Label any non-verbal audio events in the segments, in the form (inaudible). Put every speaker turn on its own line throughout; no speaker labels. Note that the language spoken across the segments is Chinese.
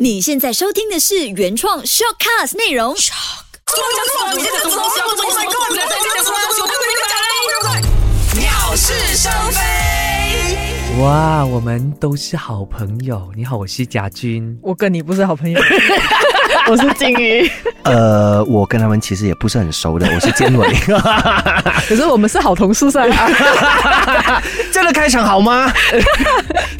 你现在收听的是原创 shortcast 内容。
你在讲什么东西啊？我我 my god！你在讲什么东西？我不跟你讲了，鸟是生非。
哇，我们都是好朋友。你好，我是贾君。
我跟你不是好朋友，我是金鱼，
呃，我跟他们其实也不是很熟的，我是监 (laughs) 委。
可是我们是好同事噻、 (laughs)
这样的开场好吗？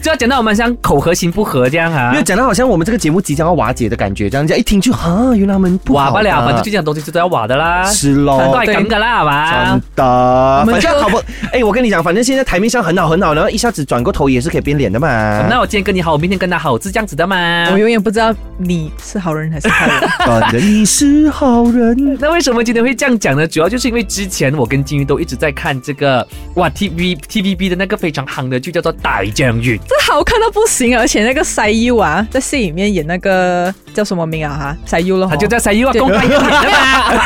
就要讲到我们像口和心不合这样啊
因为。讲的好像我们这个节目即将要瓦解的感觉，这样讲一听就啊，原来他们不
瓦
好
不
的
了，反正最近的东西就都要瓦的啦。
是咯
反正怪尴尬啦，好吧
真？的，
们就
反正好不，哎，我跟你讲，反正现在台面上很好很好，然后一下子转过头也是可以变脸的嘛。
哦那我今天跟你好，我明天跟他好，是这样子的吗？
啊我永远不知道你是好人还是坏人。
反正你是好人，
那为什么今天会这样讲呢？主要就是因为之前我跟金鱼都一直在看这个哇 T V T V B 的那个非常夯的剧，叫做《大将军》。
这好看到不行，啊而且那个塞优啊，在戏里面演那个叫什么名啊？哈，塞优了，
他就在塞 U 啊，
对
公开演的
(laughs)
嘛。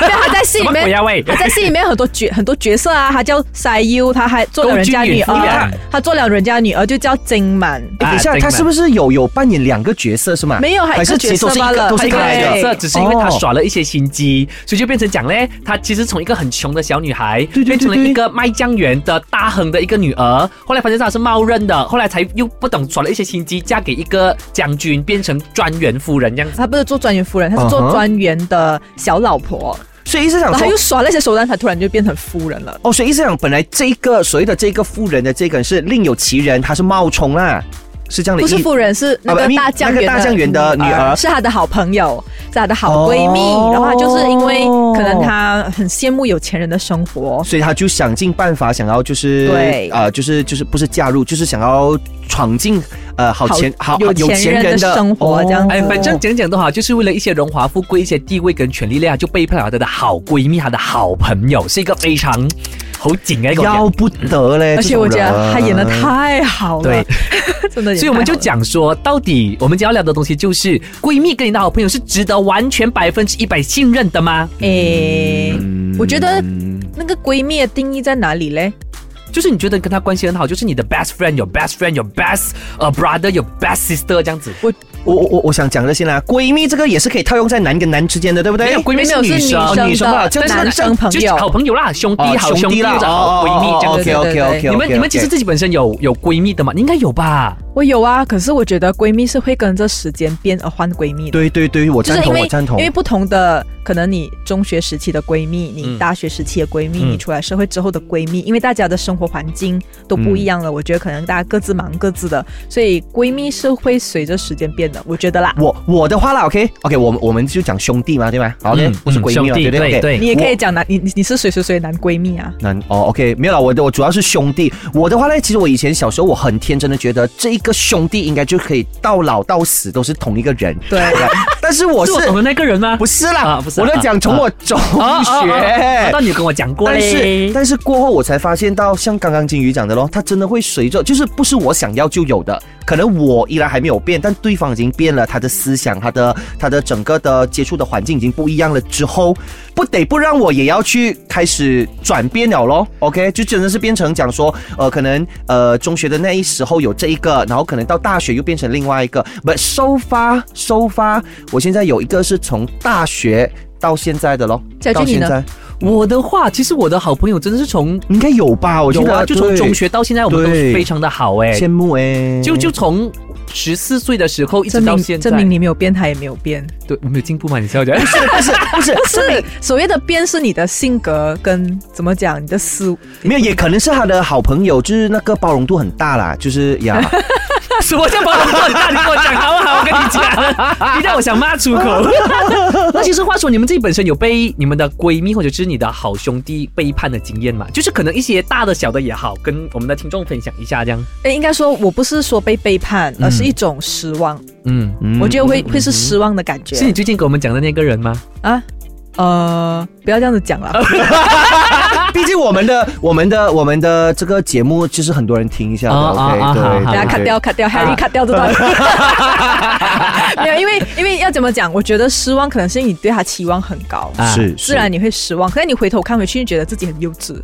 对，他在
什
戏里
么鬼
面。
啊喂！
他在戏里面有很多角很多角色啊，他叫塞优，他还做了人家女
勾君与夫
儿
人，
他做了人家女儿就叫金满，
哎等一
啊
下，
对
他
嘛
是不是有有扮演两个角色是吗？
没有还有
还是
一个
其实都是一
角色罢
个，
了
都是一个
还有
来
角
一个对角。
的
色，只是因为他
哦
耍了一些心机，所以就变成讲嘞，他其实从一个很穷的小女孩，
对对对
变成了一个卖酱园的大亨的一个女儿。后来发现她是冒认的，后来才又不懂耍了一些心机，嫁给一个将军，变成专员夫人这样子。
他不是做专员夫人，他是
嗯
做
哼
专员的小老婆，
所以意思想
然后啊
说
他又，耍了一些手段，他突然就变成夫人了。
哦，所以意思想，本来这个所谓的这个妇人的这个人是另有其人，他是冒充啦，是这样的
不
意
是夫人，是那
啊
个
不
大将
那
园
个
的嗯
大将园的女儿
是她的好朋友，是她的好闺蜜。
哦
然后她就是因为可能她很羡慕有钱人的生活，
所以他就想尽办法，想要就是
对
啊、就是就是不是嫁入，就是想要闯进呃好钱好
有钱人的生
哦
活这样子
哎，反正讲讲都好，就是为了一些荣华富贵、一些地位跟权力量，就背叛了她的好闺蜜、她的好朋友，是一个非常好紧的一个人。
要不得嘞！
而且我觉得她
他
演的。太好了，
对，
(laughs) 真的演得太好了。
所以我们就讲说，到底我们今天要聊的东西就是闺蜜跟你的好朋友是值得完全百分之一百信任的吗？
诶、哎我觉得
嗯
那个闺蜜的定义在哪里嘞？
就是你觉得跟她关系很好，就是你的 best friend，your best friend，your best 呃 brother，your best sister 这样子。
我我我我想讲的先啦，闺蜜这个也是可以套用在男跟男之间的，对不
没
对
有？闺蜜
没
是
有
女
是
生，
女生吧
的，
这样
男
这样
生朋
就是
友
好。朋友啦，兄弟、好兄弟
啊啦
或者好闺蜜这样
哦
子。
，OK OK OK，
对
你们你们其实自己本身有有闺蜜的嘛？你应该有吧？
我有啊，可是我觉得闺蜜是会跟着时间变而换闺蜜的。
对对对，我
就
赞
是因
同，我
为
赞同
因为。不同的，可能你中学时期的闺蜜，
嗯
你大学时期的闺蜜，
嗯
你出来社会之后的闺蜜，因为大家的生活环境都不一样了，我觉得可能大家各自忙各自的，所以闺蜜是会随着时间变的，我觉得啦。
我我的话啦，OK OK，我们我们就讲兄弟嘛，对吧好？OK，
嗯
不是闺
嗯
蜜嘛，
兄弟
对
对
对
对
你也可以讲男，你你你是谁谁谁男闺蜜啊？
男哦，OK，没有啦，我的我主要是兄弟。我的话呢，其实我以前小时候我很天真的觉得这一个兄弟应该就可以到老到死都是同一个人，
对，
但是我
是
是
我的那个人吗？
不是哦啦？
啊不是啊啊
我在讲从我中学。
哦那你有跟我讲过
哎但是
嘞？
但是过后我才发现到，像刚刚金鱼讲的咯，它真的会随着，就是不是我想要就有的，可能我依然还没有变，但对方已经变了，他的思想、他的他的整个的接触的环境已经不一样了之后，不得不让我也要去开始转变了咯。OK，就真的是变成讲说，呃，可能呃中学的那一时候有这一个，然后可能到大学又变成另外一个，不收发收发，我现在有一个是从大学。到现在的咯，
家
到
俊你呢
现在
我的话，其实我的好朋友真的是从
应该有吧？我觉
有
得
啊，就从
对
中学到现在，我们都
对
非常的好哎、
羡慕哎、
就就从十四岁的时候一直
证
到
明
现在，
证明你没有变，他也没有变。
对我们有进步吗？你笑起来
不是不是 (laughs)
是所谓的变是你的性格跟怎么讲，你的思
没有，也可能是他的好朋友，就是那个包容度很大啦，就是 (laughs) 呀，
(laughs) 什么叫把我做大？你跟我讲好不好？我跟你讲，你让我想骂出口。 (laughs) 那其实话说，你们自己本身有被你们的闺蜜或者是你的好兄弟背叛的经验吗？就是可能一些大的小的也好，跟我们的听众分享一下这样。
诶，应该说我不是说被背叛，而是一种失望。
嗯，
嗯
我觉得会会是失望的感觉。
是你最近给我们讲的那个人吗？
啊，呃，不要这样子
(laughs)
讲了。
毕竟我们的我们的我们的这个节目，就是很多人听一下的
哦
，OK，
哦哦好
对，
好
等下
对
cut 掉，cut
啊
掉，Harry cut 掉
(laughs)
这段。 (laughs) 没有，因为因为要怎么讲？我觉得失望可能是因为你对他期望很高，
啊
是
自然你会失望。可是你回头看回去，你觉得自己很幼稚。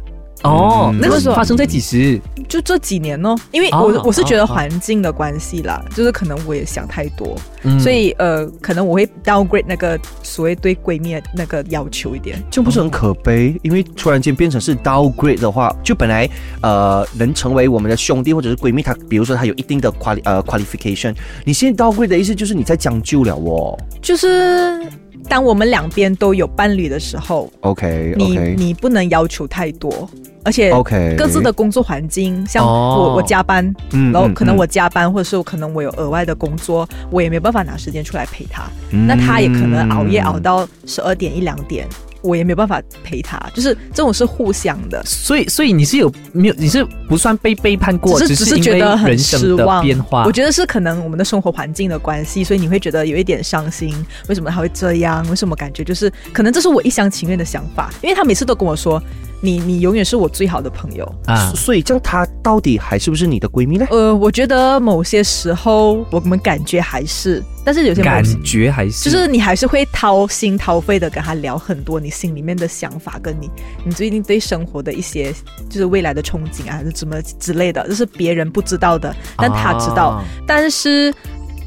哦，那个
就是
发生在几时？
就这几年呢，因为
哦
我、我是觉
哦
得环境的关系啦，就是可能我也想太多，
嗯
所以呃，可能我会 downgrade 那个所谓对闺蜜的那个要求一点。
这样不是很可悲？因为突然间变成是 downgrade 的话，就本来呃能成为我们的兄弟或者是闺蜜，她比如说她有一定的 quali 呃 qualification，你现在 downgrade 的意思就是你在将就了哦。
就是当我们两边都有伴侣的时候，
OK
你
OK
你不能要求太多，而且
OK，
各自的工作环境，像我、
哦
我加班，
嗯
然后
嗯
可能
嗯
我加班，或者是我可能我有额外的工作，我也没办法拿时间出来陪他。
嗯
那他也可能熬
嗯
夜熬到十二点一两点，我也没办法陪他。就是这种是互相的，
所以所以你是有没有？你是不算被背叛过，
只是只是
因为
觉得很
人
失
生的
望
变化。
我觉得是可能我们的生活环境的关系，所以你会觉得有一点伤心。为什么他会这样？为什么感觉就是可能这是我一厢情愿的想法？因为他每次都跟我说，你你永远是我最好的朋友。
啊，
所以这样她到底还是不是你的闺蜜呢？
呃，我觉得某些时候我们感觉还是，但是有些某
感觉还是
就是你还是会掏心掏肺的跟他聊很多你心里面的想法，跟你你最近对生活的一些就是未来的憧憬啊，还是怎么之类的，这是别人不知道的，但他知道。
啊
但是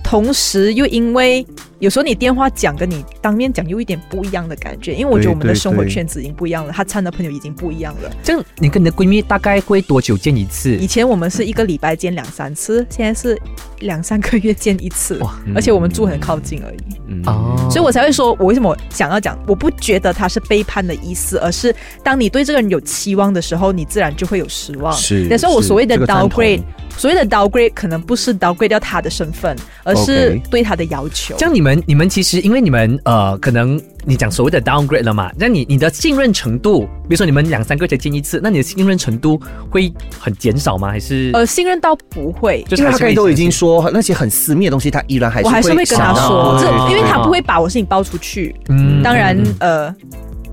同时又因为有时候你电话讲跟你当面讲又有一点不一样的感觉，因为我觉得我们的
对对
生活
对
圈子已经不一样了，他参的朋友已经不一样了。
这样，你跟你的闺蜜大概会多久见一次
以？前我们是一个礼拜见两三次，现在是两三个月见一次，
哇
而且我们住很靠近而已。
嗯
哦，
所以我才会说，我为什么想要讲，我不觉得他是背叛的意思，而是当你对这个人有期望的时候，你自然就会有失望。
是
那时候我
是
所谓的
这个赞同
downgrade，、所谓的 downgrade 可能不是 downgrade 掉他的身份，而是
OK
对他的要求。
这样你们你们其实因为你们呃，可能你讲所谓的 downgrade 了嘛，那你你的信任程度，比如说你们两三个月才见一次，那你的信任程度会很减少吗？还是
呃，信任倒不会。
就
因
是
为他
还是
刚
会
才都已
相信
经说那些很私密的东西，他依然还是
我还是会跟他
想要
说，
哦
这
对
因为他
对
不会把我事情爆出去。
嗯
当然
嗯嗯，
呃，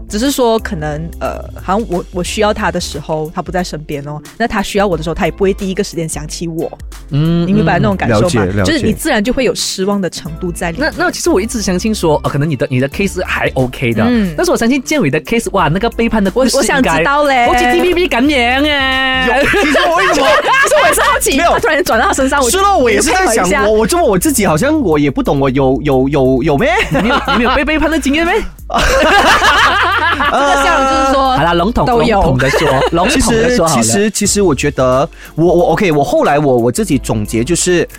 只是说可能呃，好像我我需要他的时候，他不在身边哦。那他需要我的时候，他也不会第一个时间想起我。
嗯
你明白那种感
了
受
解
吗？
了
就是
解
你自然就会有失望的程度在里
那
面。
那其实我一直相信说，呃，可能你的你的 case 还 OK 的，
嗯
但是我相信建伟的 case，哇，那个背叛的
我
故事
我想
应该
知道嘞
我去 T V B 感染哎，
(laughs) 其实我为什么？
(laughs) 其实我也是好奇，
没有
他突然转到他身上，我
是咯，我也是在
配合一下
想，我我这么我自己好像我也不懂，我有有有有没？
(laughs)
你没有你没有被背叛的经验没？
这
啊
个笑容就是
(laughs)
说，
好啦，笼统
都
笼
有
统的说，笼
其
统的
实
说好
其
了。
实其实，我觉得我我 OK，我后来我我自己总结就是。 (laughs)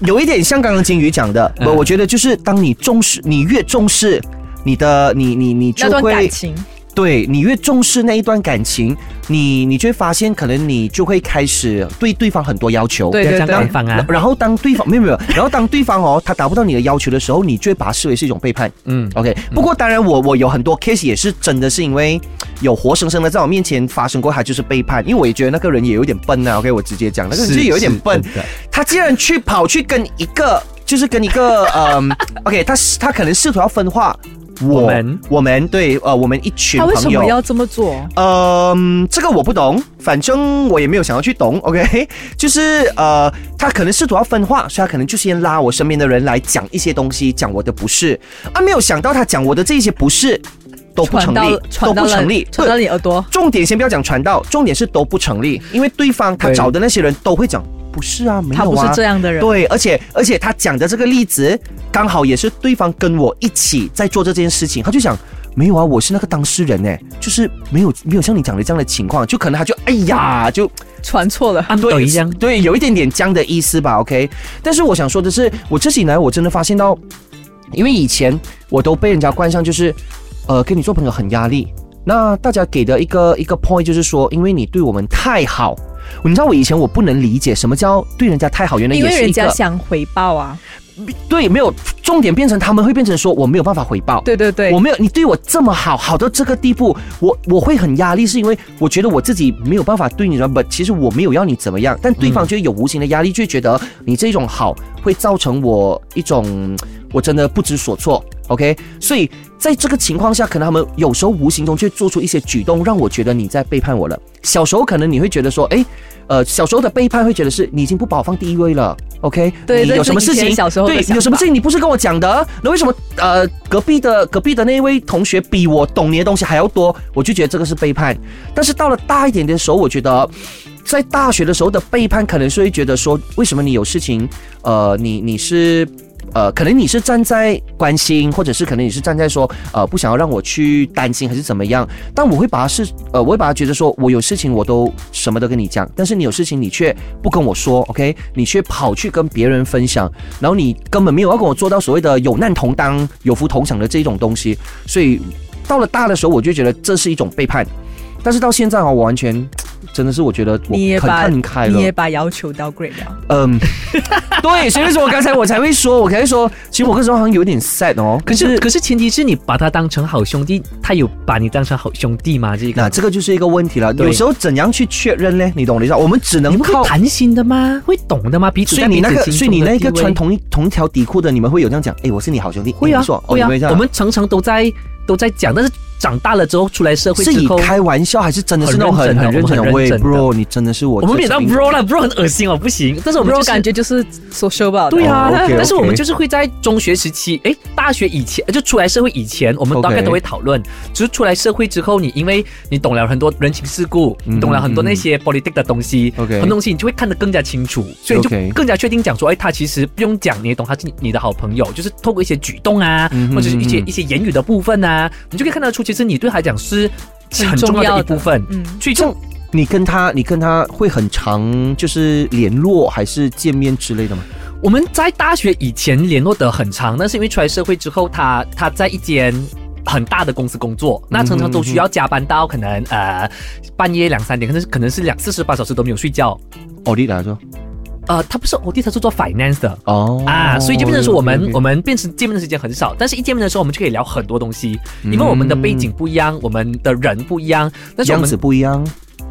有一点像刚刚金鱼讲的，我、
嗯
我觉得就是当你重视，你越重视你的，你你你就
那段感
会
情，
对你越重视那一段感情，你你就会发现，可能你就会开始对对方很多要求。
对
不要
对
这样
对
干放啊
然，然后当对方没有没有，然后当对方哦他达不到你的要求的时候，你就会把它视为是一种背叛。
嗯，
OK，不过当然我我有很多 case 也是真的是因为有活生生的在我面前发生过，他就是背叛，因为我也觉得那个人也有点笨啊。OK，我直接讲，那个人
是
就有点笨
是真的，
他竟然去跑去跟一个就是跟
(laughs)
一个嗯，OK，他他可能试图要分化我
我们
我们对呃我们一群
他为什
朋
么
友。
要这么做？
嗯，这个我不懂，反正我也没有想要去懂。OK，就是呃，他可能试图要分化，所以他可能就先拉我身边的人来讲一些东西，讲我的不是啊，没有想到他讲我的这些不是都不成
传到
立，
传
都
到
不成
了
立，
传到你耳朵，
重点先不要讲传道，重点是都不成立，因为对方他
对
找的那些人都会讲不是啊，没有
他
啊，
不是这样的人。
对，而且而且他讲的这个例子，刚好也是对方跟我一起在做这件事情，他就讲。没有啊，我是那个当事人哎，就是没有没有像你讲的这样的情况，就可能他就哎呀，就
传错了。
安德
啊对
一样，
对，有一点点僵的意思吧，OK。但是我想说的是，我这几年我真的发现到，因为以前我都被人家冠上就是，呃，跟你做朋友很压力。那大家给的一个一个 point 就是说，因为你对我们太好，你知道我以前我不能理解什么叫对人家太好，原来
因
也
为
是
人
一个
家想回报啊，
对，没有重点变成他们会变成说我没有办法回报。
对对对
我，没有，你对我这么好，好到这个地步，我我会很压力，是因为我觉得我自己没有办法对你软本，其实我没有要你怎么样，但对方就会有无形的压力，就会觉得你这种好会造成我一种我真的不知所措。 OK，所以在这个情况下，可能他们有时候无形中却做出一些举动，让我觉得你在背叛我了。小时候可能你会觉得说，哎，呃，小时候的背叛会觉得是你已经不把我放第一位了，OK？
对
你
这
有什么
是以
事
前
情？
小时候的
对，
想
有什么
法
事情你不是跟我讲的？那为什么呃隔壁的隔壁的那一位同学比我懂你的东西还要多？我就觉得这个是背叛。但是到了大一点的时候，我觉得在大学的时候的背叛，可能是会觉得说，为什么你有事情，呃，你你是。呃，可能你是站在关心，或者是可能你是站在说，呃，不想要让我去担心，还是怎么样？但我会把它是，呃，我会把它觉得说，我有事情我都什么都跟你讲，但是你有事情你却不跟我说，OK？你却跑去跟别人分享，然后你根本没有要跟我做到所谓的有难同当、有福同享的这种东西，所以到了大的时候，我就觉得这是一种背叛。但是到现在啊，我完全真的是我觉得我
你也
很
把
看开了，
你也把要求 downgrade 了，
嗯， (laughs) 对，所以为什么我刚才我才会说，我才会说，其实我那时候好像有点 sad 哦。
可是可是前提是你把他当成好兄弟，他有把你当成好兄弟吗？这个
那这个就是一个问题了，
对
有时候怎样去确认呢？你懂我的意思吧？我们只
你
能
们
靠
会。谈心的吗？会懂的吗？彼此
所以
在
你
彼
那个，
此心
所以你
中的
那
地
个
位
穿同一同一条底裤的，你们会有这样讲？哎，我是你好兄弟，
会
哎
啊
不错哦
会
你
啊
会这，
我
样。
们常常都在都在讲，但是长大了之后出来社会
是以
之后，
开玩笑还是真的是那种很
很认真的
很
我们很
喂
认真的
，bro，你真的是我。
我们没有到
这个
bro 了，bro 很恶心哦，不行。但是我们
我
就
感
是。
觉就是 social 吧。
对啊
哦，OK，OK
但是我们就是会在中学时期，哎，大学以前就出来社会以前，我们
OK
大概都会讨论。只是出来社会之后，你因为你懂了很多人情世故，你懂了很多那些 politic 的东西
OK
很多东西你就会看得更加清楚，所以你
OK
就更加确定讲说，哎，他其实不用讲，你也懂，他是你的好朋友，就是透过一些举动啊，
嗯
或者是一些
嗯
一些言语的部分啊，你就可以看得出，其实你对他讲是很
很重
重要
要
的
的
一部分。
嗯，
所以这种
你跟他，你跟他会很常就是联络还是见面之类的吗？
我们在大学以前联络得很长，但是因为出来社会之后，他他在一间。很大的公司工作，那常常都需要加班到可能呃半夜两三点，可能是可能是两四十八小时都没有睡觉。
奥利哦来说，
呃，他不
嗯
是我弟，他是做 finance 的
哦
啊，所以就变成说我们
OK，OK
我们变成见面的时间很少，但是一见面的时候我们就可以聊很多东西，
嗯
因为我们的背景不一样，我们的人不一样，但是我
样
们
子不一样。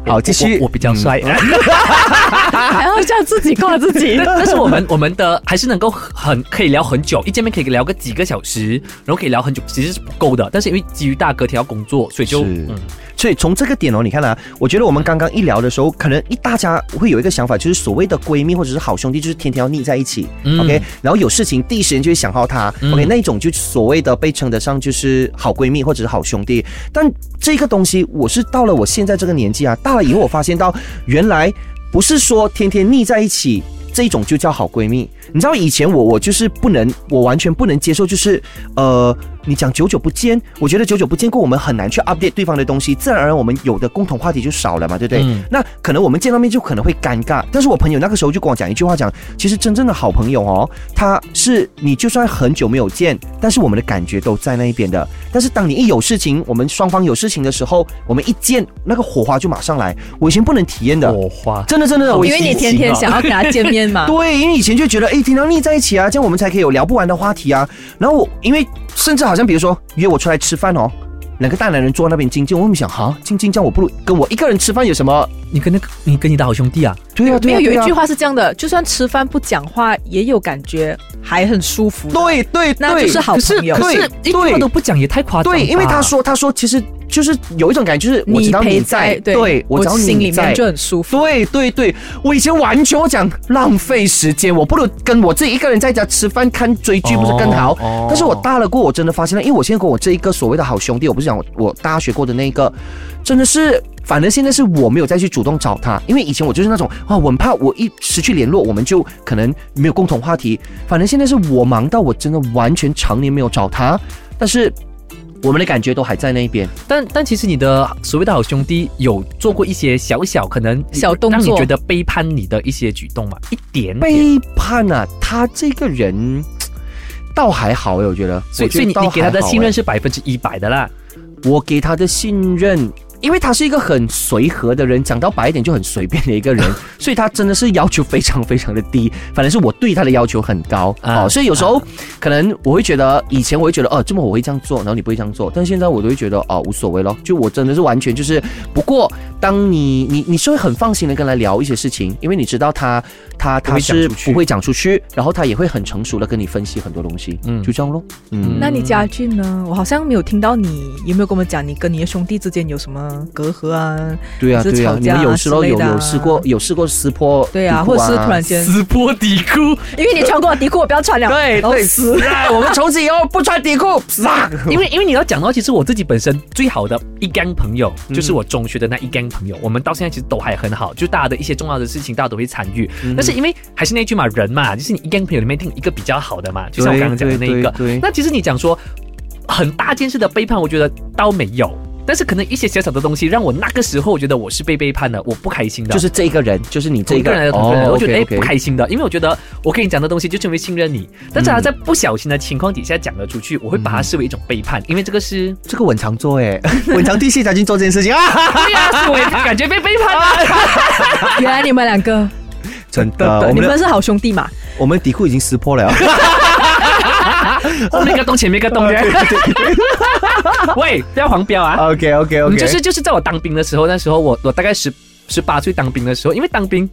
我
好，继续。嗯
我我比较帅。
(laughs) 啊
还要这样自己夸自己
但但是我们我们的还是能够很可以聊很久，一见面可以聊个几个小时，然后可以聊很久，其实是不够的。但是因为基于大隔天要工作，所以就
嗯，所以从这个点哦，你看啊，我觉得我们刚刚一聊的时候，可能一大家会有一个想法，就是所谓的闺蜜或者是好兄弟，就是天天要腻在一起、
嗯
o k 然后有事情第一时间就会想到他、
嗯
o k 那一种就所谓的被称得上就是好闺蜜或者是好兄弟。但这个东西，我是到了我现在这个年纪啊，大了以后我发现到，原来不是说天天腻在一起。这种就叫好闺蜜，你知道以前我我就是不能，我完全不能接受，就是呃，你讲久久不见，我觉得久久不见过，我们很难去 update 对方的东西，自然而然我们有的共同话题就少了嘛，对不对？
嗯
那可能我们见到面就可能会尴尬，但是我朋友那个时候就跟我讲一句话讲，其实真正的好朋友哦，他是你就算很久没有见，但是我们的感觉都在那一边的。但是当你一有事情，我们双方有事情的时候，我们一见那个火花就马上来，我以前不能体验的，
火花。
真的真的，我以
因
前
为你天天想要跟他见面嘛。
对，因为以前就觉得，哎，天天腻在一起啊，这样我们才可以有聊不完的话题啊。然后我，因为甚至好像比如说约我出来吃饭哦，两个大男人坐在那边静静，我们想哈，静静这样我不如跟我一个人吃饭有什么？
你跟那个你跟你的好兄弟啊，
(laughs) 对啊，
没
对啊，
有有
对
一
啊
句。话是这样的，就算吃饭不讲话，也有感觉，还很舒服。
啊对对对，
那就是好
可是
朋友
可是一句
对
话
对
都不讲也太夸张。
对，因为他，说他说其实就是有一种感觉，就是我知
你
道
陪
你在，
对
我
我
知道
心
你
里
在
面就。很舒服。
对对对，我以前完全我讲浪费时间，我不如跟我自己一个人在家吃饭看追剧，不是更好？
哦
但是我大了过，我真的发现了，因为我现在跟我这一个所谓的好兄弟，我不是讲我我大学过的那个，真的是，反正现在是我没有再去主动找他，因为以前我就是那种啊，我很怕我一失去联络，我们就可能没有共同话题。反正现在是我忙到我真的完全常年没有找他，但是我们的感觉都还在那一边。
但但其实你的所谓的好兄弟有做过一些小小可能
小动作
让你觉得背叛你的一些举动嘛，一点点。
背叛啊，他这个人倒还好啊诶，我觉得。
所以
我
所
觉得
以你
倒欸
你给他的
还好 (laughs)
信任
诶，
是百分之一百的啦。
我给他的信任，因为他是一个很随和的人，讲到白一点就很随便的一
(laughs)
个人，所以他真的是要求非常非常的低，反正是我对他的要求很高
啊
哦，所以有时候可能我会觉得，以前我会觉得哦，这么我会这样做，然后你不会这样做，但现在我都会觉得哦无所谓咯，就我真的是完全就是，不过当你你你是会很放心的跟他聊一些事情，因为你知道他他
不
他
会讲
是
出去
不会讲出去，然后他也会很成熟的跟你分析很多东西，
嗯
嗯，就这样咯，嗯
那你家俊呢？我好像没有听到你有没有跟我们讲你跟你的兄弟之间有什么隔阂啊？
对啊，
就是
对啊
吵，
你
架
们
啊
有时
之
候
类
有
的啊
有试过有试过撕破
对啊，
底
或
裤
者是突然间，
撕破底裤，
因为你穿过的底裤，我不要穿了，哦
对
然后
对
撕。
啊，我们从此以后不穿底裤，啊
(laughs) 因为因为你要讲到，其实我自己本身最好的一gang 朋友，
嗯
就是我中学的那一 gang 朋友，我们到现在其实都还很好，就大家的一些重要的事情，大家都会参与。
嗯
但是因为还是那句嘛，人嘛，就是你一 gang 朋友里面定一个比较好的嘛，就像我刚刚讲的那一个
对对对。
那其实你讲说很大件事的背叛，我觉得倒没有。但是可能一些小小的东西，让我那个时候我觉得我是被背叛的，我不开心的。
就是这一个人，就是你这
同一
一
个
个哦
人来的同一个人，我觉得哎、
，OK，OK
不开心的，因为我觉得我跟你讲的东西就是因为信任你，但是他在不小心的情况底下讲了出去，我会把它视为一种背叛，因为这个是
这个我很常做 (laughs) 哎，我很常替谢家军做这件事情 (laughs) 啊，
对呀、所以我也感觉被背叛了。
(laughs) 原来你们两个，呃
真 (laughs) 的，我
你
们
们
的
是好兄弟嘛？
我们底裤已经撕破 (laughs) 了，
后面一个洞，前面一个洞的。喂，不要黄标啊！
OK OK
嗯就是就是在我当兵的时候，那时候我我大概十十八岁当兵的时候，因为当兵。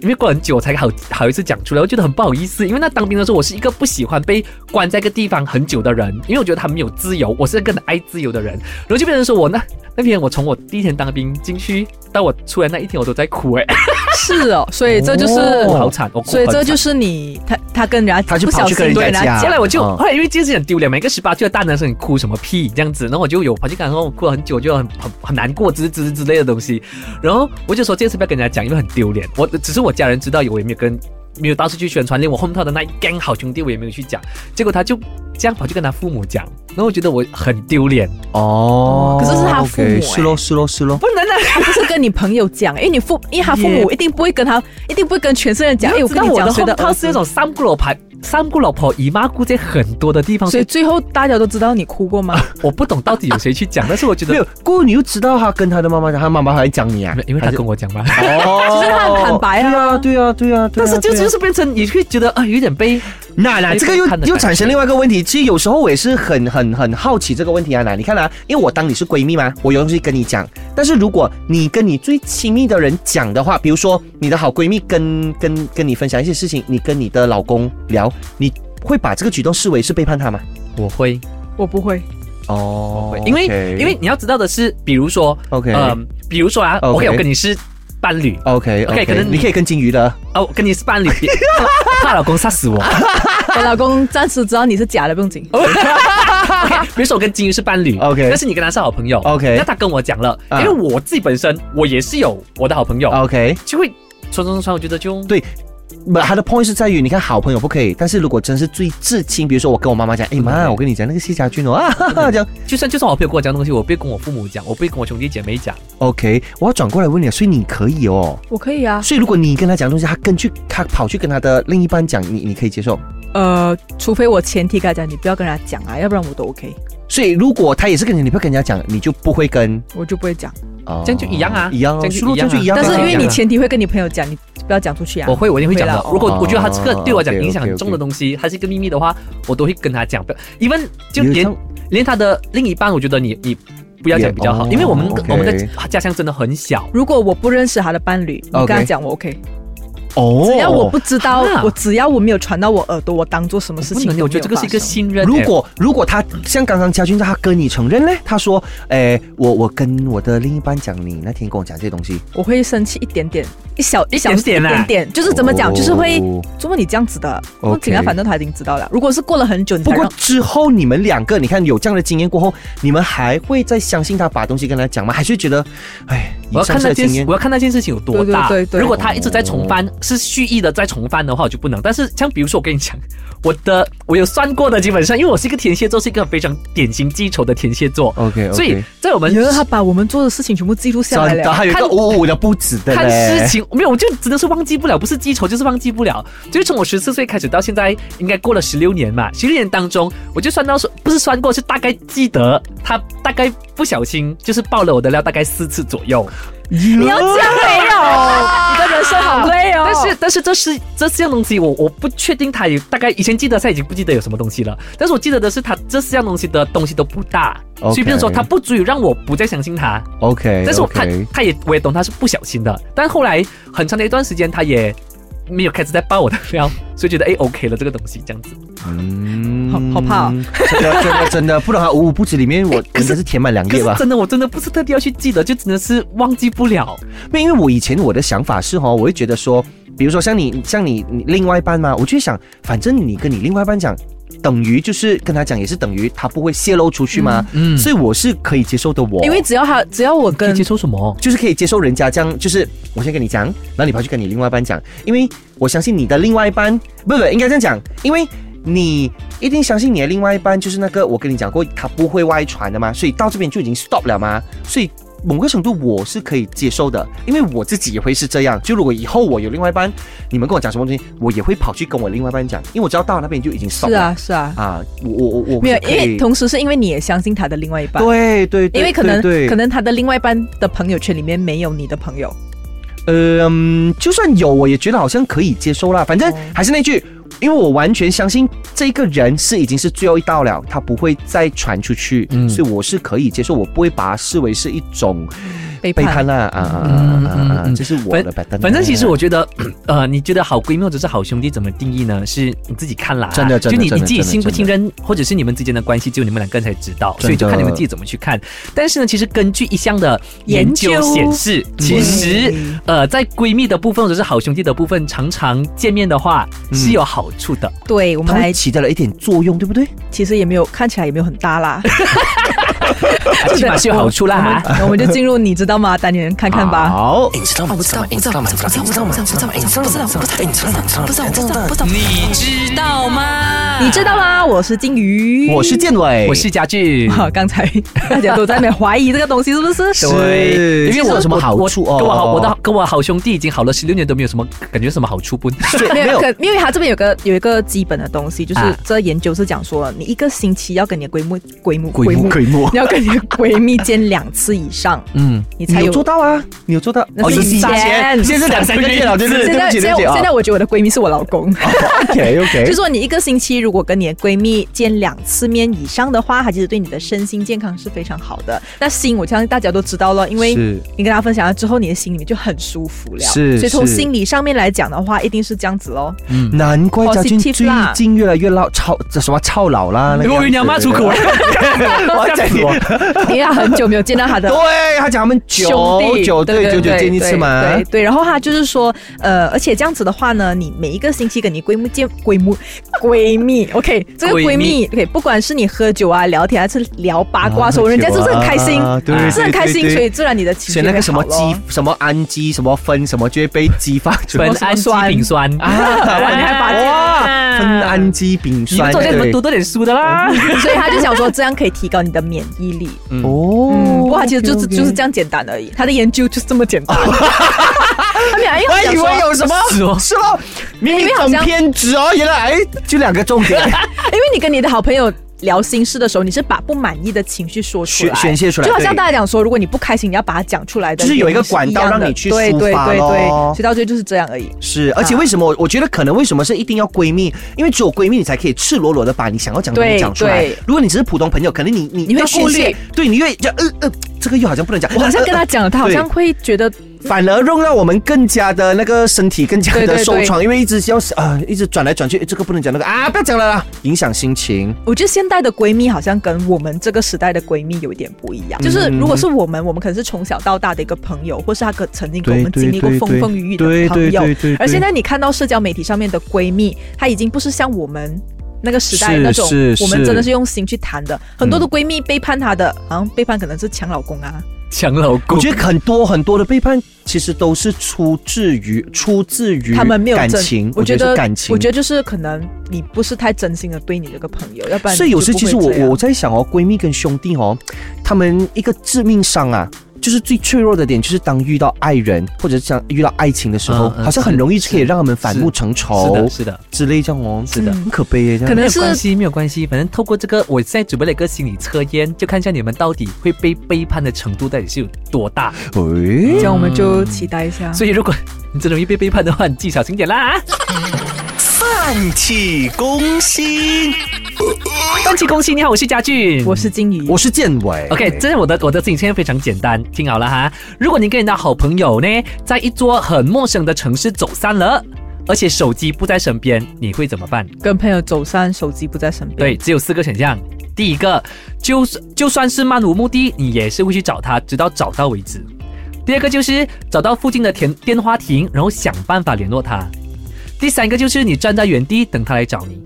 因为过很久我才好好意思讲出来，我觉得很不好意思。因为那当兵的时候，我是一个不喜欢被关在一个地方很久的人，因为我觉得他没有自由，我是个很爱自由的人。然后就变成说我那那天我从我第一天当兵进去到我出来那一天，我都在哭哎、 (laughs)
是哦，所以这就是，
哦
我好惨，我哭
所以这
很惨
就是你他他跟人家
他就
不
跑
小
去
心
跟人家
人
讲
家
后来我就、
嗯
后来因为这件事情很丢脸嘛，一个十八岁的大男生，你哭什么屁这样子？然后我就有跑去跟他说我哭了很久，我就很很很难过之之之类的东西。然后我就说这件事不要跟人家讲，因为很丢脸。我只是我家人知道，我也没有跟没有到处去宣传，连我后面套的那一 gang 好兄弟我也没有去讲。结果他就这样跑去跟他父母讲，然后我觉得我很丢脸。
哦
可是是他父母
OK，
哎
是咯是咯是咯，
不能啊！
(laughs) 他不是跟你朋友讲，因为你父，因为他父母一定不会跟他， (laughs) 一定不会跟全世界人讲。哎，
我
我
知
跟
道
你
我
讲，
的
谁
后
的
面套
儿
是
子
那种三姑老婆、三姑老婆、姨妈姑在很多的地方，
所
所
以
以
最后大家都知道你哭过吗？
我不懂到底有谁去讲，但是我觉得
没有，过后你又知道他跟他的妈妈讲，他妈妈还讲你啊
没有，因为他
还是
跟我讲嘛。
(laughs) 哦，
就是他很坦白啊
对啊对啊对啊，对
但
啊
是就
对啊
就是变成你会觉得啊，有点悲。
那那
被
啊这个又
看得
又
感
产生另外一个问题，其实有时候我也是很很很好奇这个问题啊，奶，你看啊，因为我当你是闺蜜嘛，我有东西跟你讲，但是如果你跟你最亲密的人讲的话，比如说你的好闺蜜跟跟跟你分享一些事情，你跟你的老公聊，你会把这个举动视为是背叛他吗？
我会，
我不会，
哦
因为因为你要知道的是，比如说，
OK
嗯，比如说啊
OK
，OK，我跟你是伴侣，
呃 OK
OK，
OK，
可能你
你可以跟金鱼的，
哦，我跟你是伴侣，别怕老公杀死我。
我老公暂时知道你是假的，不用紧。
OK，比如说我跟金鱼是伴侣
OK
但是你跟他是好朋友
OK
那他跟我讲了，因
啊
为我自己本身我也是有我的好朋友，
OK，
就会穿穿穿，我觉得就
对。不他的 point 是在于，你看好朋友不可以，但是如果真是最至亲，比如说我跟我妈妈讲，哎妈，我跟你讲那个谢家军哦，啊哈 (laughs) 哈，这样
就算就算我朋友跟我讲东西，我不会跟我父母讲，我不会跟我兄弟姐妹讲。
OK，我要转过来问你，所以你可以哦。
我可以啊，
所以如果你跟他讲东西，他跟去他跑去跟他的另一半讲，你你可以接受。
呃，除非我前提跟他讲，你不要跟他讲啊，要不然我都 OK，
所以如果他也是跟你，你不要跟人家讲，你就不会跟。
我就不会讲。
哦
这样就一样啊
一样哦，
这样就
是咯
一
这
样啊
样就一样啊。
但是因为
一样
你
啊
前提会跟你朋友讲，你不要讲出去啊。
我会，我一定会讲的
会啦。
如果
哦
我觉得他这个对我讲
哦，OK，
影响很
OK，OK
重的东西，它是一个秘密的话，我都会跟他讲。不因为就
你有
连
像
连他的另一半，我觉得你你不要讲比较好，
也哦
因为我们
OK
我们的家乡真的很小。
如果我不认识他的伴侣，你跟他
OK
讲我 OK，
哦，
只要我不。知道
啊，
我只要我没有传到我耳朵，我当做什么事
不
情都
能，
没有
我觉得这个是一个
发生
信任。
如
哎
果如果他像刚刚家军在，他跟你承认呢？他说，哎，我我跟我的另一半讲，你那天跟我讲这些东西，
我会生气一点点，一小一小
一点点啊
一点点，就是怎么讲，
哦
就是会，怎么你这样子的，
OK
不紧啊，反正他已经知道了。如果是过了很久，你
不
才
过
让
之后你们两个，你看有这样的经验过后，你们还会再相信他把东西跟他讲吗？还是觉得，哎，以
我要
上
看那
次的经
件
验
我要看那件事情有多大
对对对。对
如果他一直在重犯，是蓄意的再重犯的话，我就不能。但是像比如说我跟你讲，我的我有算过的，基本上因为我是一个天蝎座，是一个非常典型记仇的天蝎座。
哦 OK，OK
所以在我们
觉得他把我们做的事情全部记录下来
真的，
了。
还有一个
看
五五的不止的
看
嘞
事情没有，我就真的是忘记不了，不是记仇就是忘记不了。就是从我十四岁开始到现在，应该过了十六年嘛。十六年当中，我就算到说不是算过，是大概记得他大概不小心就是爆了我的料，大概四次左右。
你要啊这样没有？你的人生好累哦。
但是但是这是这四样东西我，我不确定它有大概以前记得，现在已经不记得有什么东西了。但是我记得的是它这四样东西的东西都不大
OK
所以变成说它不足以让我不再相信它。
OK，
但是我看
OK
哎他也我也懂他是不小心的，但后来很长的一段时间他也没有开始在爆我的料，所以觉得哎 OK 了这个东西这样子。
嗯
好好怕哦
真的真的真的，不然的话五五不止里面我
啊哎可
应
是
该是填满两
可
页
是
吧。
真的我真的不是特地要去记得，就真的是忘记不了。
没有因为我以前我的想法是哈，我会觉得说，比如说像你像你你另外一半嘛，我就会想，反正你跟你另外一半讲，等于就是跟他讲也是等于他不会泄露出去嘛，
嗯嗯
所以我是可以接受的我，
因为只要他，只要我
可以
跟
接受什么？
就是可以接受人家这样，就是我先跟你讲，然后你跑去跟你另外一半讲，因为我相信你的另外一半，不不应该这样讲，因为你一定相信你的另外一半就是那个我跟你讲过他不会外传的嘛，所以到这边就已经 stop 了嘛，所以。某个程度我是可以接受的，因为我自己也会是这样。就如果以后我有另外一半，你们跟我讲什么东西，我也会跑去跟我另外一半讲，因为我知道到那边就已经 stop
是
了
啊是啊，
啊，我我我我
没有，
可
因为
以
同时是因为你也相信他的另外一半。
对对对，
因为可能
对对
可能他的另外一半的朋友圈里面没有你的朋友，
嗯，就算有，我也觉得好像可以接受啦。反正
哦
还是那句，因为我完全相信这个人是已经是最后一道了，他不会再传出去，
嗯
所以我是可以接受，我不会把它视为是一种
背
背
叛
叛啦啊啊
嗯
啊
嗯
啊啊！
嗯
这是我的 pattern
反正其实我觉得， (clears throat) 呃，你觉得好闺蜜或者是好兄弟怎么定义呢？是你自己看啦，
真的真的
就你
真
你
的
自己
真的
信不信任，或者是你们之间的关系，只有你们两个人才知道，所以就看你们自己怎么去看。但是呢，其实根据一项的研究
研究
显示，其实呃，在闺蜜的部分或者是好兄弟的部分，常常见面的话是有好处的。
对我
它
们
会
来
起到了一点作用，对不对？
其实也没有看起来也没有很搭
(laughs)
啦，
起码是有好处
啊
啦
我们我们就进入你知道吗单元看看吧。
好，
哎你知道吗？我知道，我知道，我知道，我知道，我知道，我知道，我知道，我知道，我知道，我知道，我知道，我知道，我知道，你知道吗？
你知道吗？我是金鱼，
我是建伟，
嗯我是家
(laughs)
具。
啊，刚才大家都在那边怀疑这个东西是不是？
是
因为
这
我
有什么好处哦
我跟我好，我的跟我好兄弟已经好了十六年都没有什么感觉什么好处不？
对
没
没
有，
有
可因为它这边有个有一个基本的东西，就是
啊
这研究是讲说，你一个星期要跟你的闺蜜、闺蜜、
鬼木鬼木，
(laughs) 你要跟你的闺蜜见两次以上，
嗯，
你
你
才
有
有
做。到啊？你有做到？
那是以前
(laughs) 现在是两三个月了，对不对？
现
对不
在
起，
现
对
在
不起啊
现在我觉得我的闺蜜是我老公。
，OK
就
OK，
说你一个星期如果跟你的闺蜜见两次面以上的话，它其实对你的身心健康是非常好的。那心，我相信大家都知道了，因为
是
你跟她分享了之后，你的心里面就很舒服了。
是
所以从
是
心理上面来讲的话，一定是这样子喽。
难怪家俊
Positive
最
啦
近越来越老超，这什么超老
(laughs)
啦？那个
我以为你要
样子
骂出口，啊
(laughs) 对对对
我
我要讲
因
你，
为她很久没有见到她的
对他讲他们
兄
九
弟
九
对
对九九
对
见一次嘛，
对对对，然后他就是说，呃，而且这样子的话呢，你每一个星期跟你闺蜜见闺蜜闺蜜，OK，这
(laughs)
个
闺
闺
蜜
蜜，OK，不管是你喝酒啊、聊天还是聊八卦的时候，
啊
人家就是很开心
啊，对
是很开
对
心，
对
所以自然你的情绪
选那个
会
什么
好咯
激什么氨基什么酚什么就会被激发出来
苯
(laughs)
氨基丙酸
啊！哇，你还把哇酚氨基丙
你们
酸
中间怎么
对
读多点书的啦？
(laughs) 所以他就想说，这样可以提高你的免疫力。嗯，
哦，
不过他其实就是
OK，OK
就是这。样简单而已，他的研究就是这么简
(laughs)
单。他没有，哎因为他
我还
讲
以
说
为有什么
是哦
是咯，明明
因为好
很
像
偏执哦，原来哎就两个重点
(laughs) 因为你跟你的好朋友聊心事的时候，你是把不满意的情绪说出来，
宣宣泄出来
就好像
对
大家讲说，如果你不开心，你要把它讲出来的，
就是有一个
原因
管道
一样的
让你去抒
对对
发
对对，
咯
所以到最后就是这样
(laughs)
而已。
是，而且为什么我我觉得可能为什么是一定要闺蜜，因为只有闺蜜你才可以赤裸裸的把你想要讲的东西
对
讲出来
对。
如果你只是普通朋友，可能你你
你会
要宣
顾虑
泄，对，你越就呃呃，这个又好像不能讲，
我好像
呃
跟他讲，他好像会觉得
反而让让我们更加的那个身体更加
对对
的
对
受创，因为一直要啊、一直转来转去，诶这个不能讲那个啊，不要讲了啦，影响心情。
我觉得现代的闺蜜好像跟我们这个时代的闺蜜有一点不一样，就是
嗯
如果是我们，我们可能是从小到大的一个朋友，或是她可曾经跟我们经历过风风雨雨的朋友，而现在你看到社交媒体上面的闺蜜，她已经不是像我们。那个时代
是
那种
是，
我们
是
真的是用心去谈的。很多的闺蜜背叛她的，好像背叛可能是抢老公啊，
抢老
我
公。
觉得很多很多的背叛，其实都是出自于出自于
他们没有
感
真
情，
我觉
是
得
感情，
我觉得就是可能你不是太真心的对你这个朋友，要不然
所以有时
你
其
就
实
不
我
会这样
我在想哦，闺蜜跟兄弟哦，他们一个致命伤啊，就是最脆弱的点，就是当遇到爱人或者像遇到爱情的时候，
嗯嗯
好像很容易
是
可以让他们反目成
是
仇
的，是的，嗯
之类这样哦，
是的
很可悲耶，这样
可能
没有
是
关系，没有关系。反正透过这个，我现在准备了一个心理测验，就看一下你们到底会被背叛的程度到底是有多大。
喂
这样我们就期待一下。
所以如果你真的容易被背叛的话，你自己小心点啦。
泛起攻心，
恭喜恭喜，你好，我是家俊，
我是金鱼，
我是建伟
(laughs) OK，这是我的我的事情，现在非常简单，听好了哈。如果你跟你的好朋友呢，在一座很陌生的城市走散了，而且手机不在身边，你会怎么办？
跟朋友走散，手机不在身边。
对，，只有四个选项。第一个，就就算是漫无目的，你也是会去找他，直到找到为止。第二个就是找到附近的电电话亭，然后想办法联络他。第三个就是你站在原地等他来找你。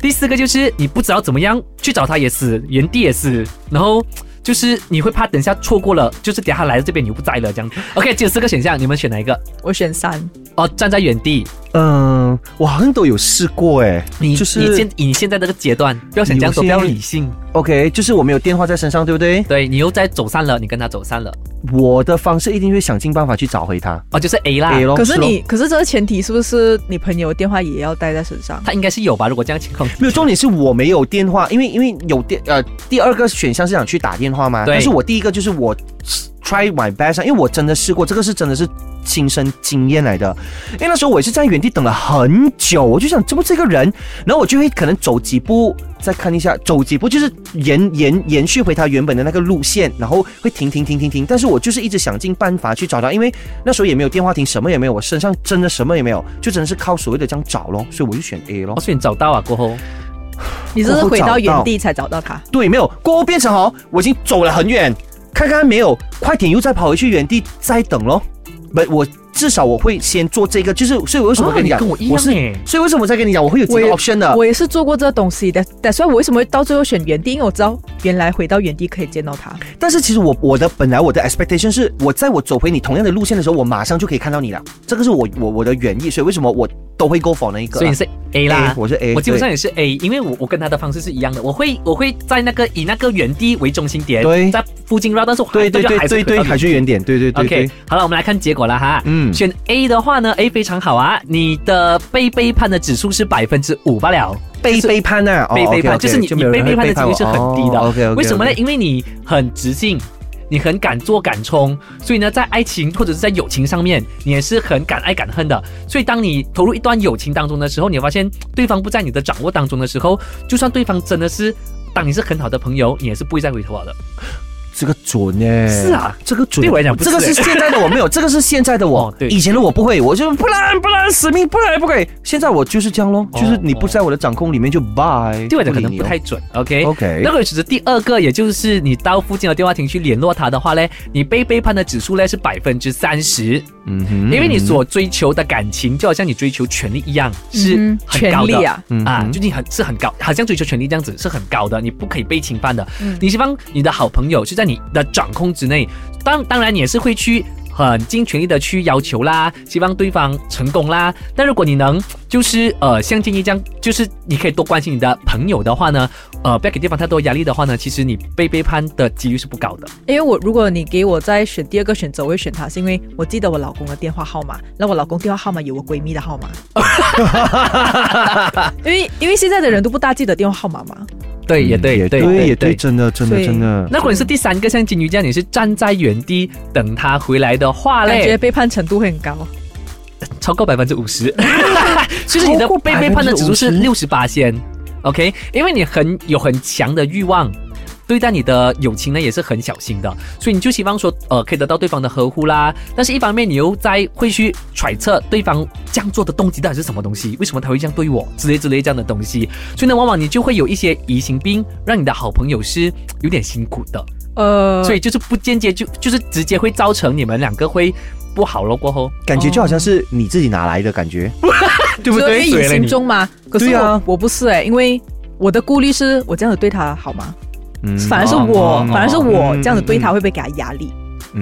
第四个就是你不知道怎么样去找他也死，原地也死，然后就是你会怕等一下错过了，就是等一下他来到这边你就不在了这样。OK，只有四个选项，你们选哪一个？
我选三。
哦，站在原地，
嗯，我好像都有试过哎，
你、
就是
你现以你现在这个阶段，不要想这样说，
有
不
些
要理性。
OK，就是我没有电话在身上，对不对？
对你又在走散了，你跟他走散了。
我的方式一定会想尽办法去找回他。
哦，就是 A 啦。
A 咯
可是
咯
你，可是这个前提是不是你朋友的电话也要带在身上？
他应该是有吧？如果这样情况，
没有，重点是我没有电话，因为因为有电呃，第二个选项是想去打电话嘛，
对
但是我第一个就是我 try my best，啊因为我真的试过，这个是真的是亲身经验来的，因为那时候我也是在原地等了很久，我就想这不这个人，然后我就会可能走几步再看一下，走几步就是延 (laughs) 延延续回他原本的那个路线，然后会停停停停停，但是我就是一直想尽办法去找他，因为那时候也没有电话亭，什么也没有，我身上真的什么也没有，就真的是靠所谓的这样找咯，所以我就选 A 咯
我。选找到啊，过后
你是不是
我
回
找
到原
到
地才找到他？
对，没有过后变成哦，我已经走了很远，看看没有，快点又再跑回去原地再等咯。不，我至少我会先做这个，就是所以为什么
啊
跟你讲，
你跟我一样
我是
欸，
所以为什么我在跟你讲，我会有几
我
个
也
option 的。
我也是做过这个东西的，但所以我为什么会到最后选原地？因为我知道原来回到原地可以见到他。
但是其实我我的本来我的 expectation 是我在我走回你同样的路线的时候，我马上就可以看到你了，这个是我我我的原意，所以为什么我都会 go for 那一个啊。
所以你是 A 啦
A，。我是 A，
我基本上也是 A，因为我我跟他的方式是一样的，我会我会在那个以那个原地为中心点，
对
在附近绕，但是我还
对对
就
对
还
对
是
对
回到
对，还是原点，对对对
OK，
对。
好了，我们来看结果了哈。嗯，
嗯
选 A 的话呢，A 非常好啊，你的被背叛的指数是百分之五罢了，
被背叛啊，哦
被背叛
OK，OK，
就是你
就
你
没有
被
人
背
会
叛的
背
几
叛哦
率是很低的。
OK OK。
为什么呢？因为你很直性，你很敢做敢冲，所以呢，在爱情或者是在友情上面，你也是很敢爱敢恨的。所以当你投入一段友情当中的时候，你会发现对方不在你的掌握当中的时候，就算对方真的是当你是很好的朋友，你也是不会再回头了
嗯
的。
这个准呢？
是啊
这个准。
对我来讲不是
这个是现在的我
(laughs)
没有，这个是现在的我。
哦对
以前的我不会，我就不然不然死命不然不可以。现在我就是这样咯，
哦
就是你不在我的掌控里面就 bye。
对我来讲可
理
能
你
不
哦
太准。OK。
OK
那。个只是第二个，也就是你到附近的电话亭去联络他的话呢，你被背叛的指数呢是百分之三十，
嗯哼
因为你所追求的感情就好像你追求权力一样，是
嗯哼
很高
权
的、
利啊，
嗯
啊，
哼
最近很是很高，好像追求权利这样子是很高的，你不可以被侵犯的。
嗯
你希望你的好朋友是在你的掌控之内，当当然你也是会去很尽全力的去要求啦，希望对方成功啦。但如果你能就是呃像建议这样，就是你可以多关心你的朋友的话呢，呃不要给对方太多压力的话呢，其实你被背叛的几率是不高的。
因为我如果你给我再选第二个选择，我会选他，是因为我记得我老公的电话号码，那我老公电话号码有我闺蜜的号
(laughs)
码，因为因为现在的人都不大记得电话号码嘛，
对，也
嗯也
对，
对，也对，。真的，真的，
对
真的。
那如果你是第三个像金鱼这样，你是站在原地等他回来的话
感
嘞，
觉背叛程度会很高。
超过百分之五十，其实你的
超过
被背叛的指数是
50%
六十八先，OK，因为你很有很强的欲望。对待你的友情呢，也是很小心的，所以你就希望说，呃，可以得到对方的呵护啦。但是，一方面你又在会去揣测对方这样做的动机到底是什么东西，为什么他会这样对我，之类之类这样的东西。所以呢，往往你就会有一些疑心病，让你的好朋友是有点辛苦的。
呃，
所以就是不间接就就是直接会造成你们两个会不好了过后，
感觉就好像是你自己拿来的感觉，
哦
对不
所
对？
以
对
隐
了你
形中嘛，可是
对
我、
啊
我不是哎、因为我的顾虑是我这样子对他好吗？
嗯
反而是
哦
我，
哦
反而是
哦
我
嗯
这样子对
嗯
他会不会给他压力？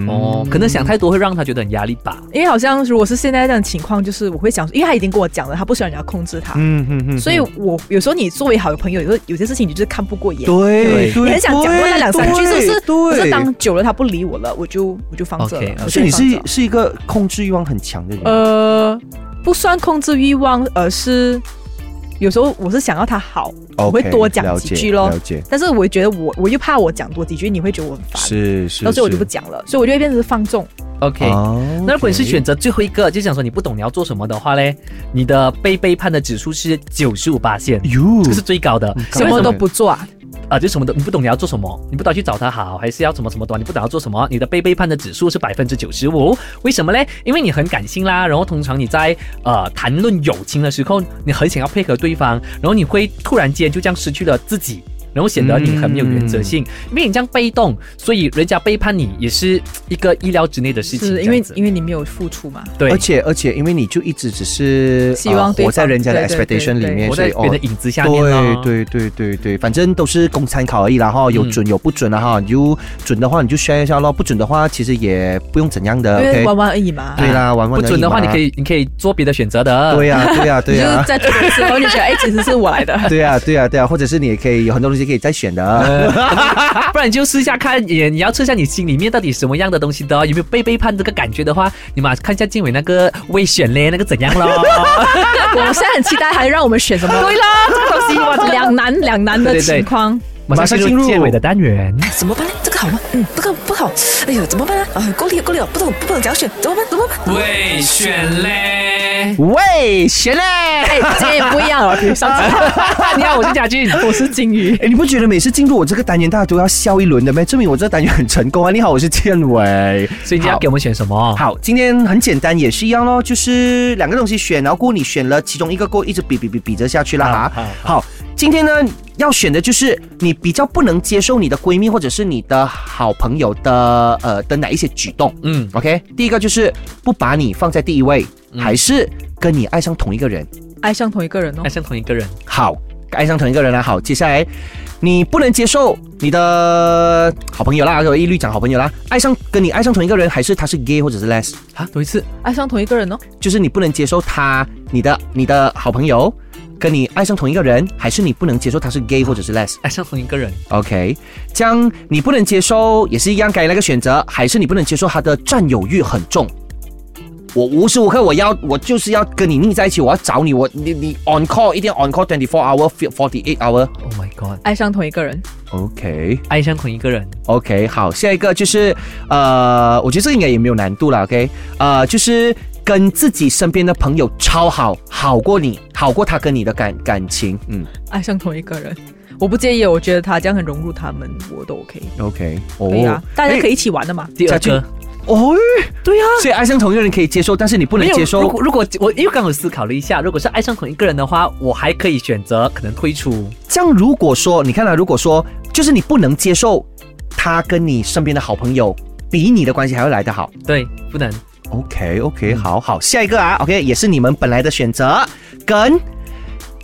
哦，可能想太多会让他觉得很压力吧。
因为好像如果是现在这种情况，就是我会想说，因为他已经跟我讲了，他不喜欢人家控制他，
嗯嗯嗯
所以我有时候你作为好朋友，有时候有些事情你就是看不过眼，
对，
你很想讲多他两三句，是不是？
对，
可是当久了他不理我了，我就我就放这了
OK，OK。
我就
所以你
放这
是是一个控制欲望很强的人，
呃，不算控制欲望，而是有时候我是想要他好，我会多讲几句咯
了。解，
但是我觉得我我又怕我讲多几句，你会觉得我很烦，
是是，
到最后我就不讲了，所以我就会变成放纵。
OK，、那
哦
如果你是选择最后一个，就想说你不懂你要做什么的话嘞，你的被背叛的指数是九十五八线，
哟嗯
这个是最高的。
高
什
为
么
什
都
么
不做啊？
啊，就什么都你不懂你要做什么，你不懂去找他好，还是要什么什么短，你不懂要做什么，你的被背叛的指数是百分之九十五，为什么嘞？因为你很感性啦，然后通常你在呃谈论友情的时候，你很想要配合对方，然后你会突然间就这样失去了自己。然后显得你很没有原则性，
嗯
因为你这样被动，所以人家背叛你也是一个意料之内的事情。
是因
这
为
样子
因为你没有付出嘛？
对，
嗯而且而且，因为你就一直只是
希望
呃
对
活在
方
人家的
对对对
expectation 里
对
面，
活
所
在
以
别人的。
哦
影子下面咯。
对对对对，反正都是供参考而已啦哈，有
嗯
准有不准啦哈，你就准的话你就 share 一下咯，不准的话其实也不用怎样的
因为
，OK？
玩玩而已嘛。
对啦，玩玩
啊不准的话，你可
以
以你呃可以做别的选择的。
嘛。
(laughs)
对呀对呀对
你就是
啊呀。
在做的时候，你觉
(laughs)
得哎，其实是我来的。
对呀，对呀，对呀，或者是你也可以有很多东西可以再选
(laughs) 呃
的，
不然你就试一下看，也你要测一下你心里面到底什么样的东西的哦，有没有被背叛这个感觉的话，你嘛看一下建伟那个未选嘞，那个怎样咯？ (laughs)
我现在很期待，还让我们选什么？对
啦，这个东西哇，
两难两难的
对对对
情况。
马上进入建伟的单 (laughs) 元。
怎么办呢？这个好吗？嗯，这个不好。哎呦，怎么办呢？啊，够力够力了，不懂不懂怎样选，怎么办？怎么办？
未选嘞，
喂，选嘞！
哎，这也不一样哦，比上
(laughs)
次。
你好，我是嘉俊，我是金鱼。
哎，你不觉得每次进入我这个单元，大家都要笑一轮的吗？证明我这个单元很成功啊！你好，我是建伟，
所以你要
好
给我们选什么？
好，今天很简单，也是一样咯，就是两个东西选，然后过后你选了其中一个，过后一直比比比比着下去啦哈。
好
好，今天呢要选的就是你比较不能接受你的闺蜜或者是你的好朋友的呃的哪一些举动。
嗯，
OK，第一个就是不把你放在第一位，还是跟你爱上同一个人。
爱上同一个人哦
爱，上同一个人，
好，爱上同一个人了。好，接下来你不能接受你的好朋友啦，我一律讲好朋友啦，爱上跟你爱上同一个人，还是他是 gay 或者是 les。
啊，多一次，
爱上同一个人哦，
就是你不能接受他，你的你的好朋友跟你爱上同一个人，还是你不能接受他是 gay 或者是 les？OK，、
爱上同一个人，
OK，这样你不能接受也是一样，该那个选择，还是你不能接受他的占有欲很重。我无时无刻我要我就是要跟你腻在一起，我要找你，我你你 on call 一定要 on call twenty four hour forty eight hour。
，Oh my God，
爱上同一个人，
OK
爱上同一个人，
OK，好，下一个就是呃，我觉得这个应该也没有难度了。OK，呃，就是跟自己身边的朋友超好，好过你，好过他跟你的感感情。嗯
爱上同一个人，我不介意，我觉得他这样很融入他们，我都 OK，
，OK，哦
可以啊，大家可
以
以一起玩的嘛。
第二
嘉俊
个。
哦，
对呀、
所以爱上同一个人可以接受，但是你不能
没有
接
如
受。
果如果我又刚好思考了一下，如果是爱上同一个人的话，我还可以选择可能退出。
这样如果说你看啊，如果说就是你不能接受他跟你身边的好朋友比你的关系还要来得好。
对，不能
OK OK，好
嗯
好，下一个啊，OK，也是你们本来的选择，跟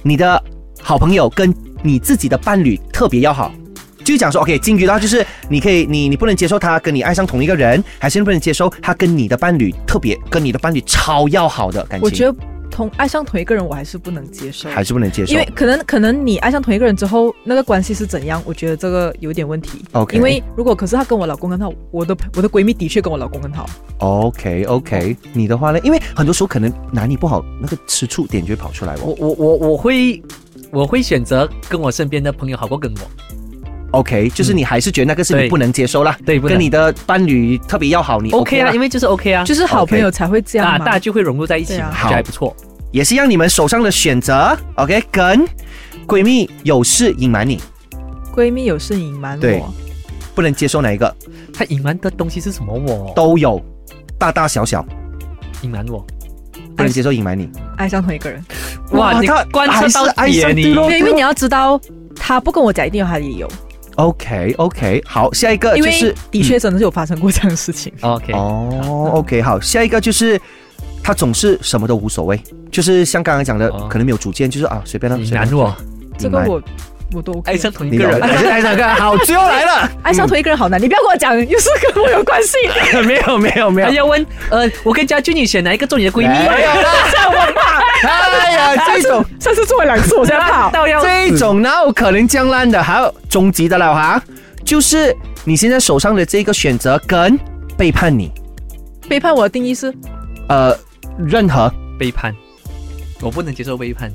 你的好朋友跟你自己的伴侣特别要好。就是讲说，OK，金鱼的话就是你可以，你你不能接受他跟你爱上同一个人，还是不能接受他跟你的伴侣特别跟你的伴侣超要好的感情，
我觉得同爱上同一个人，我还是不能接受，
还是不能接受，
因为可能可能你爱上同一个人之后，那个关系是怎样，我觉得这个有点问题。
OK
因为如果可是她跟我老公很好，我的我的闺蜜的确跟我老公很好，
OK OK，你
哦
的话呢？因为很多时候可能拿捏不好，那个吃醋点就会跑出来哦。
我我我我会我会选择跟我身边的朋友好过跟我。
OK，就是你还是觉得那个是
对
你不能接受啦，
对不能
跟你的伴侣特别要好，你
OK 啊，因
为
为就是 OK 啊，
就是好朋友才会这样
啊，
嘛。
大家就会融入在一起嘛，
对啊
就还不错。
也是让你们手上的选择。OK，跟闺蜜有事隐瞒你，
闺蜜有事隐瞒
对
我，
不能接受哪一个
他隐瞒的东西是什么我？
都有，大大小小
隐瞒我。
不能接
哎
受隐瞒你。
爱上同一个人，
哇，
哇
你
他
观察到
还是爱
点
上
你
对咯
对，因为你要知道，她不跟我讲，一定有她的理由，
OK OK，好，下一个
因
呃就
为
是嗯
的确真的是有发生过这样的事情。
OK，
哦，OK，好，下一个就是他总是什么都无所谓，就是像刚刚讲的
哦，
可能没有主见，就是啊随便啦，
隐
随便
瞒
啦
我。
这
隐
个
瞒
我我都
(laughs)
OK
爱。上同一
你哎
个
老
人， (laughs)
爱上爱上个好，最后来了，
爱上同一个人好难，你不要跟我讲，又是跟我有关系。
没有没有没
还要问呃，我跟家俊你选哪一个做你的闺蜜？
没有
(laughs)
啦，
这样我怕，
(laughs) 哎呀，这
(laughs)
种嗯
上次做了两次，我现在
(laughs)
怕。
到要
这种哪有可能江烂的？还有终极的了哈，就是你现在手上的这个选择跟背叛你，
背叛我的定义是，
呃，任何
背叛，我不能接受背叛。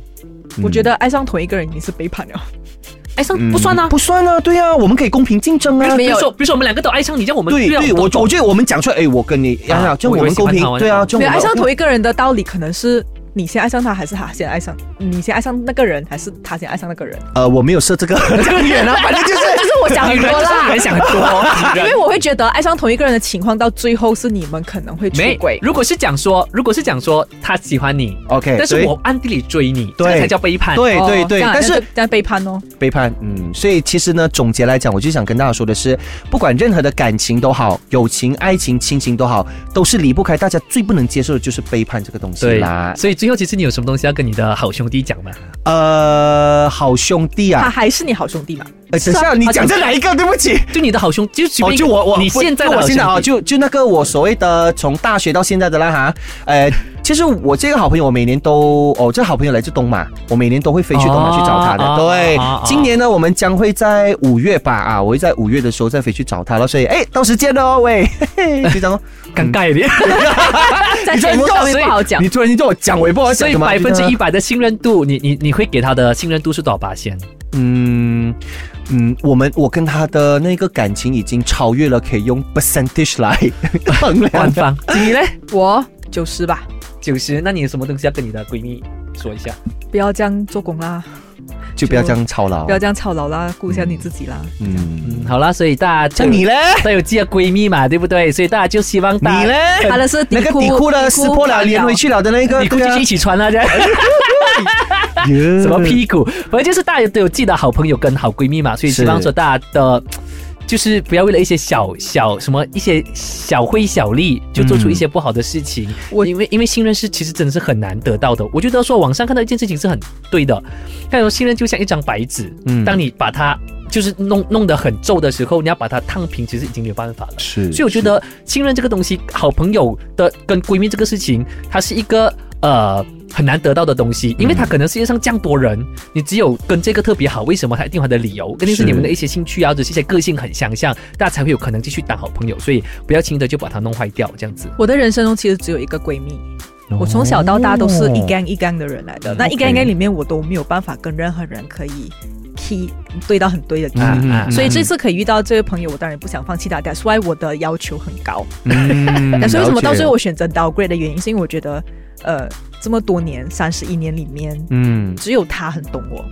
我觉得爱上同一个人已经是背叛了。
爱上
嗯
不算啊，
不算啊，对啊，我们可以公平竞争啊。
比如说比如说我们两个都爱上你，这样我们
对
就要
对，我我觉得我们讲出来，哎，我跟你，哎呀，
啊
这样我们公
我以
平
为喜欢他，
对啊，
我
这
没有
样
爱
我
上
们
同一个人的道理，可能是你先爱上他，还是他先爱上你先爱上那个人，还是他先爱上那个人？
呃，我没有设这个 (laughs) 这
(laughs)
个远啊，反正就是
就是我想很
女人
多
就是
(laughs) 啦
女人，想很 (laughs) 多，
因为我会觉得爱上同一个人的情况，到最后是你们可能会出
没
轨。
如果是讲说，如果是讲说他喜欢你，
OK，
但
所
是
以
我暗地里追你，这
哎对
个才叫背叛。
对对
哦
对，
这样
但是
那就这样背叛哦，
背叛，嗯，所以其实呢，总结来讲，我就想跟大家说的是，不管任何的感情都好，友情、爱情、亲情都好，都是离不开大家最不能接受的就是背叛这个东西
对
啦。
所以最后其实你有什么东西要跟你的好兄弟讲吗？
呃，好兄弟
他
啊，
还是你好兄弟
(laughs)
嘛？
呃等一下你讲这哪一个？对不起，
就你的好兄，就随
哦，
便一
就
个
我我
你现在
就
的
我
好
现在啊，
兄弟
就就那个我所谓的从大学到现在的啦哈，呃，其实我这个好朋友，我每年都哦，这好朋友来自东马，我每年都会飞去东马
哦
去找他的。
哦
对，
哦哦
今年呢，我们将会在五月吧啊，我会在五月的时候再飞去找他了，所以哎，到时见喽，喂，嘿嘿就这样哦。
尴尬一点。
在节目上面不好讲
你，突然间叫我讲，我也不好
所
讲
以
什么。
百分之一，百的信任度，你你你会给他的信任度是多少八仙？
嗯。嗯，我们我跟他的那个感情已经超越了可以用 percentage 来衡量
官
(laughs)
方
你嘞？我九十吧，
九十，那你有什么东西要跟你的闺蜜说一下？
不要这样做工啦，
就不要这样操劳
不。要这样操劳啦，顾一下你自己啦。
嗯，
嗯，好啦，所以大家
那
就
你嘞？
都有自己的闺蜜嘛，对不对？所以大家就希望大
你嘞？
他的是
那个底裤呢？撕破了，连回去了的那个，
你估
对
计
啊
是一起穿啊，这样
(laughs)
什么？屁股，反正就是大家都有自己的好朋友跟好闺蜜嘛，所以
是
希望说大家的。呃就是不要为了一些小小什么一些小惠小利，就做出一些不好的事
嗯
情。
我
因为因为信任是其实真的是很难得到的。我觉得说网上看到一件事情是很对的，他说信任就像一张白纸，
嗯
当你把它就是弄弄得很皱的时候，你要把它烫平，其实已经没有办法了。
是
所以我觉得信任这个东西，好朋友的跟闺蜜这个事情，它是一个呃很难得到的东西，因为它可能世界上这样多人，你只有跟这个特别好，为什么？它一定有它的理由，肯定是
是
你们的一些兴趣啊，或者是一些个性很相像，大家才会有可能继续当好朋友。所以不要轻易的就把它弄坏掉，这样子。
我的人生中其实只有一个闺蜜。
哦
我从小到大都是一 gang 一 gang 的人来
嗯
的，那一 gang 一 gang 里面我都没有办法跟任何人可以 key 对到很对的 key，、
嗯
啊
所以
(laughs)
这次可以遇到这位朋友，我当然不想放弃他。That's why 我的要求很高。
嗯
那所以为什么到最后
了
我选择 downgrade 的原因，是因为我觉得，呃，这么多年三十一年里面，
解嗯，
只有他很懂我。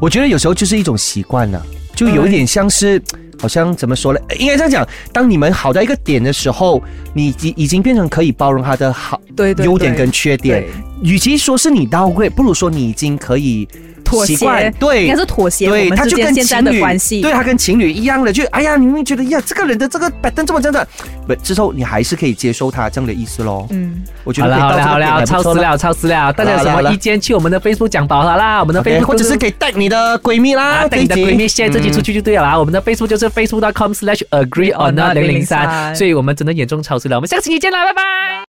我觉得有时候就是一种习惯了，就有一点像是。好像怎么说呢？呃应该这样讲，当你们好到一个点的时候，你已已经变成可以包容他的好
对对对
优点跟缺点
对。
与其说是你到位，不如说你已经可以
妥协
习惯对，
应该是妥协
对，
我们
他
之
就
间
跟
现在
情
的
侣
关系。
对他跟情侣一样的，就哎呀，你会觉得呀，这个人的这个摆凳这么这样的，不，之后你还是可以接受他这样的意思喽。
嗯，
我觉
好
得
了好
可以
了
到
好
这个点
了，
还不
超时
错啦
了超时了，大家有
好了
什
好
么
了
意见去我们的 Facebook 讲吧好啦，我们的
OK，
Facebook
或者是
就
给带你的闺蜜啦，
啊，带你的
这一集
闺蜜 share 这集出。去就对了啦。我们的 Facebook 就是 facebook.com/slash agree or not 零零三，
agree on not
所以我们真的眼中超时了。我们下个星期见啦，拜拜。